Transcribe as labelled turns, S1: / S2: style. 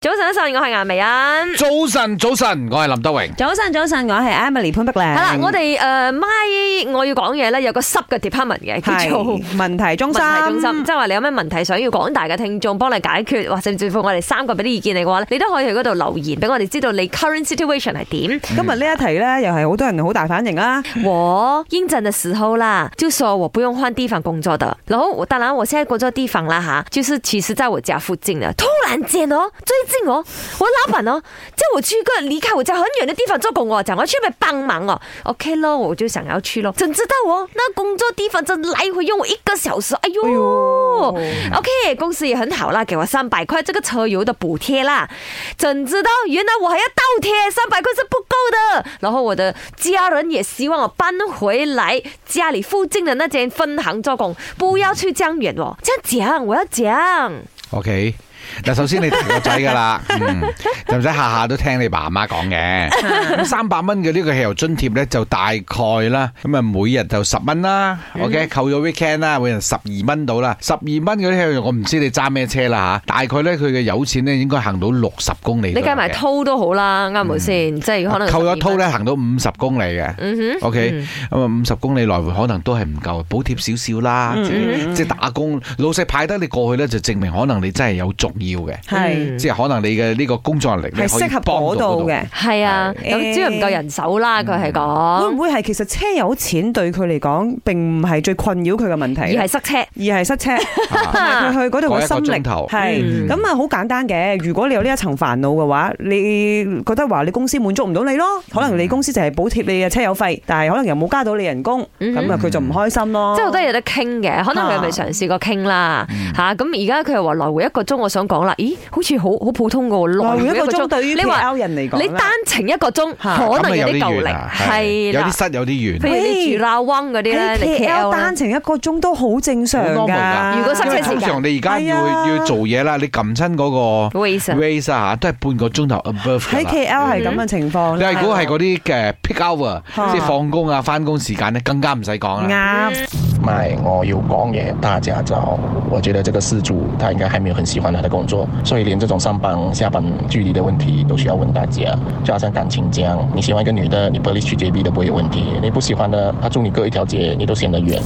S1: 早晨，早晨，我係顏美欣。
S2: 早晨，早晨，我系林德荣。
S3: 早晨，早晨，我系 Emily 潘碧玲。
S1: 係啦，我哋诶咪我要講嘢咧，有個濕嘅 department 嘅，叫做問
S3: 系问题中心，
S1: 題中心，即係話你有咩問題想要廣大嘅聽眾幫你解決，或甚至乎我哋三個俾啲意見你嘅話咧，你都可以去嗰度留言，俾我哋知道你 current situation 係點。
S3: 今日呢一题咧，又系好多人好大反应啦。
S1: 我应征的时候啦，就说我不用换地方工作的。然后我当然我现在工作地方啦哈，就是其实在我家附近啊的。突然间哦，最近哦，我老板哦叫我去一个离开我家很远的地方做工哦，讲我去那边帮忙哦。OK 咯，我就想要去咯。怎知道哦，那工作地方真来回用我一个小时，哎
S3: 哎
S1: 呦
S3: 呦！
S1: OK，公司也很好啦，给我三百块这个车油的补贴啦。怎知道原来我还要倒贴，三百块是不够的。然后我的家人也希望我搬回来家里附近的那间分行做工，不要去江远哦。这样讲，我要讲。
S2: OK，嗱，首先你大個仔噶 啦，嗯，就唔使下下都聽你爸媽講嘅。 咁三百蚊嘅呢個汽油津貼咧，就大概啦，咁啊每日就十蚊啦。OK，扣咗 weekend 啦，每人十二蚊到啦。十二蚊嗰啲汽油，我唔知你揸咩車啦吓，大概咧佢嘅油錢咧應該行到六十公里。
S1: 你計埋。偷都好啦，啱唔啱先？即係可能
S2: 扣咗
S1: 偷
S2: 偷咧，。行到五十公里嘅。
S1: 嗯哼，
S2: O K，咁啊五十公里來回可能都係唔夠，補貼少少啦，
S3: 嗯
S2: 即係即係打工老細派得你過去咧，就證明可能你真係有重要嘅，
S3: 系
S1: 嗯
S2: 即係可能你嘅呢個工作能力
S3: 系
S2: 你可以
S3: 嗯适合
S2: 幫
S3: 嗰
S2: 到
S3: 度嘅。
S1: 係啊，
S3: 係
S1: 咁主要唔夠人手啦，佢係
S3: 会唔
S1: 講，
S3: 会系其实车有钱对佢嚟讲，并唔系最困扰佢嘅问题，
S1: 而係塞啊車。
S3: 而 系塞车。
S1: 嗯
S2: 嗰度。
S3: 同埋佢去嗰度嘅心
S2: 改一個鐘
S3: 力
S2: 頭
S3: 係
S2: 嗯
S3: 咁啊，好簡單嘅。如果你有呢一層煩惱嘅話，你覺得話你公司滿足唔到你咯，可能你公司就係補貼你嘅車油費，但係可能又冇加到你人工，
S1: 嗯哼
S3: 咁啊佢就唔開心咯。
S1: 即係好多嘢都傾嘅，可能佢未嘗試過傾啦嚇。咁而家佢又話來回一個鐘，我想講啦，咦，好似好好普通嘅喎，
S3: 來
S1: 來
S3: 回
S1: 回
S3: 一
S1: 一
S3: 個
S1: 個
S3: 鐘對於
S1: 鐘，你話
S3: PL 人嚟講
S1: 你單程一個鐘，
S3: 嚇
S1: 可能有啲
S2: 咁
S1: 夠
S2: 啊
S1: 力，
S2: 有啲遠啊係
S1: 係
S2: 有
S1: 啦
S2: 啲。塞有
S1: 譬
S2: 啲遠。
S1: 如你住鬧灣嗰啲咧，
S3: 喺
S1: 你 K L
S3: KL 單
S1: 咧，
S3: 程一個鐘都好正常
S2: 好 normal
S3: 㗎。
S2: 㗎
S1: 如果塞
S2: 因
S1: 車
S2: 為
S1: 時
S2: 通
S1: 間
S2: 常你而家
S3: 係
S2: 要
S3: 啊
S2: 要做嘢啦，你撳親嗰個
S1: Waze 啊
S2: raise 啊都係半個鐘頭 above 㗎
S3: 喺
S2: 啦嗯
S3: KL 係咁啊嘅情況
S2: 你
S3: 咧，
S2: 係嗰個係嗰啲嘅 pick hour，
S3: 啊
S2: 即係放工啊、翻工時間咧，更加唔使講啦。
S3: 啱。
S4: 卖我有光也大家早，我觉得这个事主他应该还没有很喜欢他的工作，所以连这种上班下班距离的问题都需要问大家。就好像感情这样，你喜欢一个女的，你不离去 JB 都不会有问题；你不喜欢的，她住你隔一条街，你都嫌得远。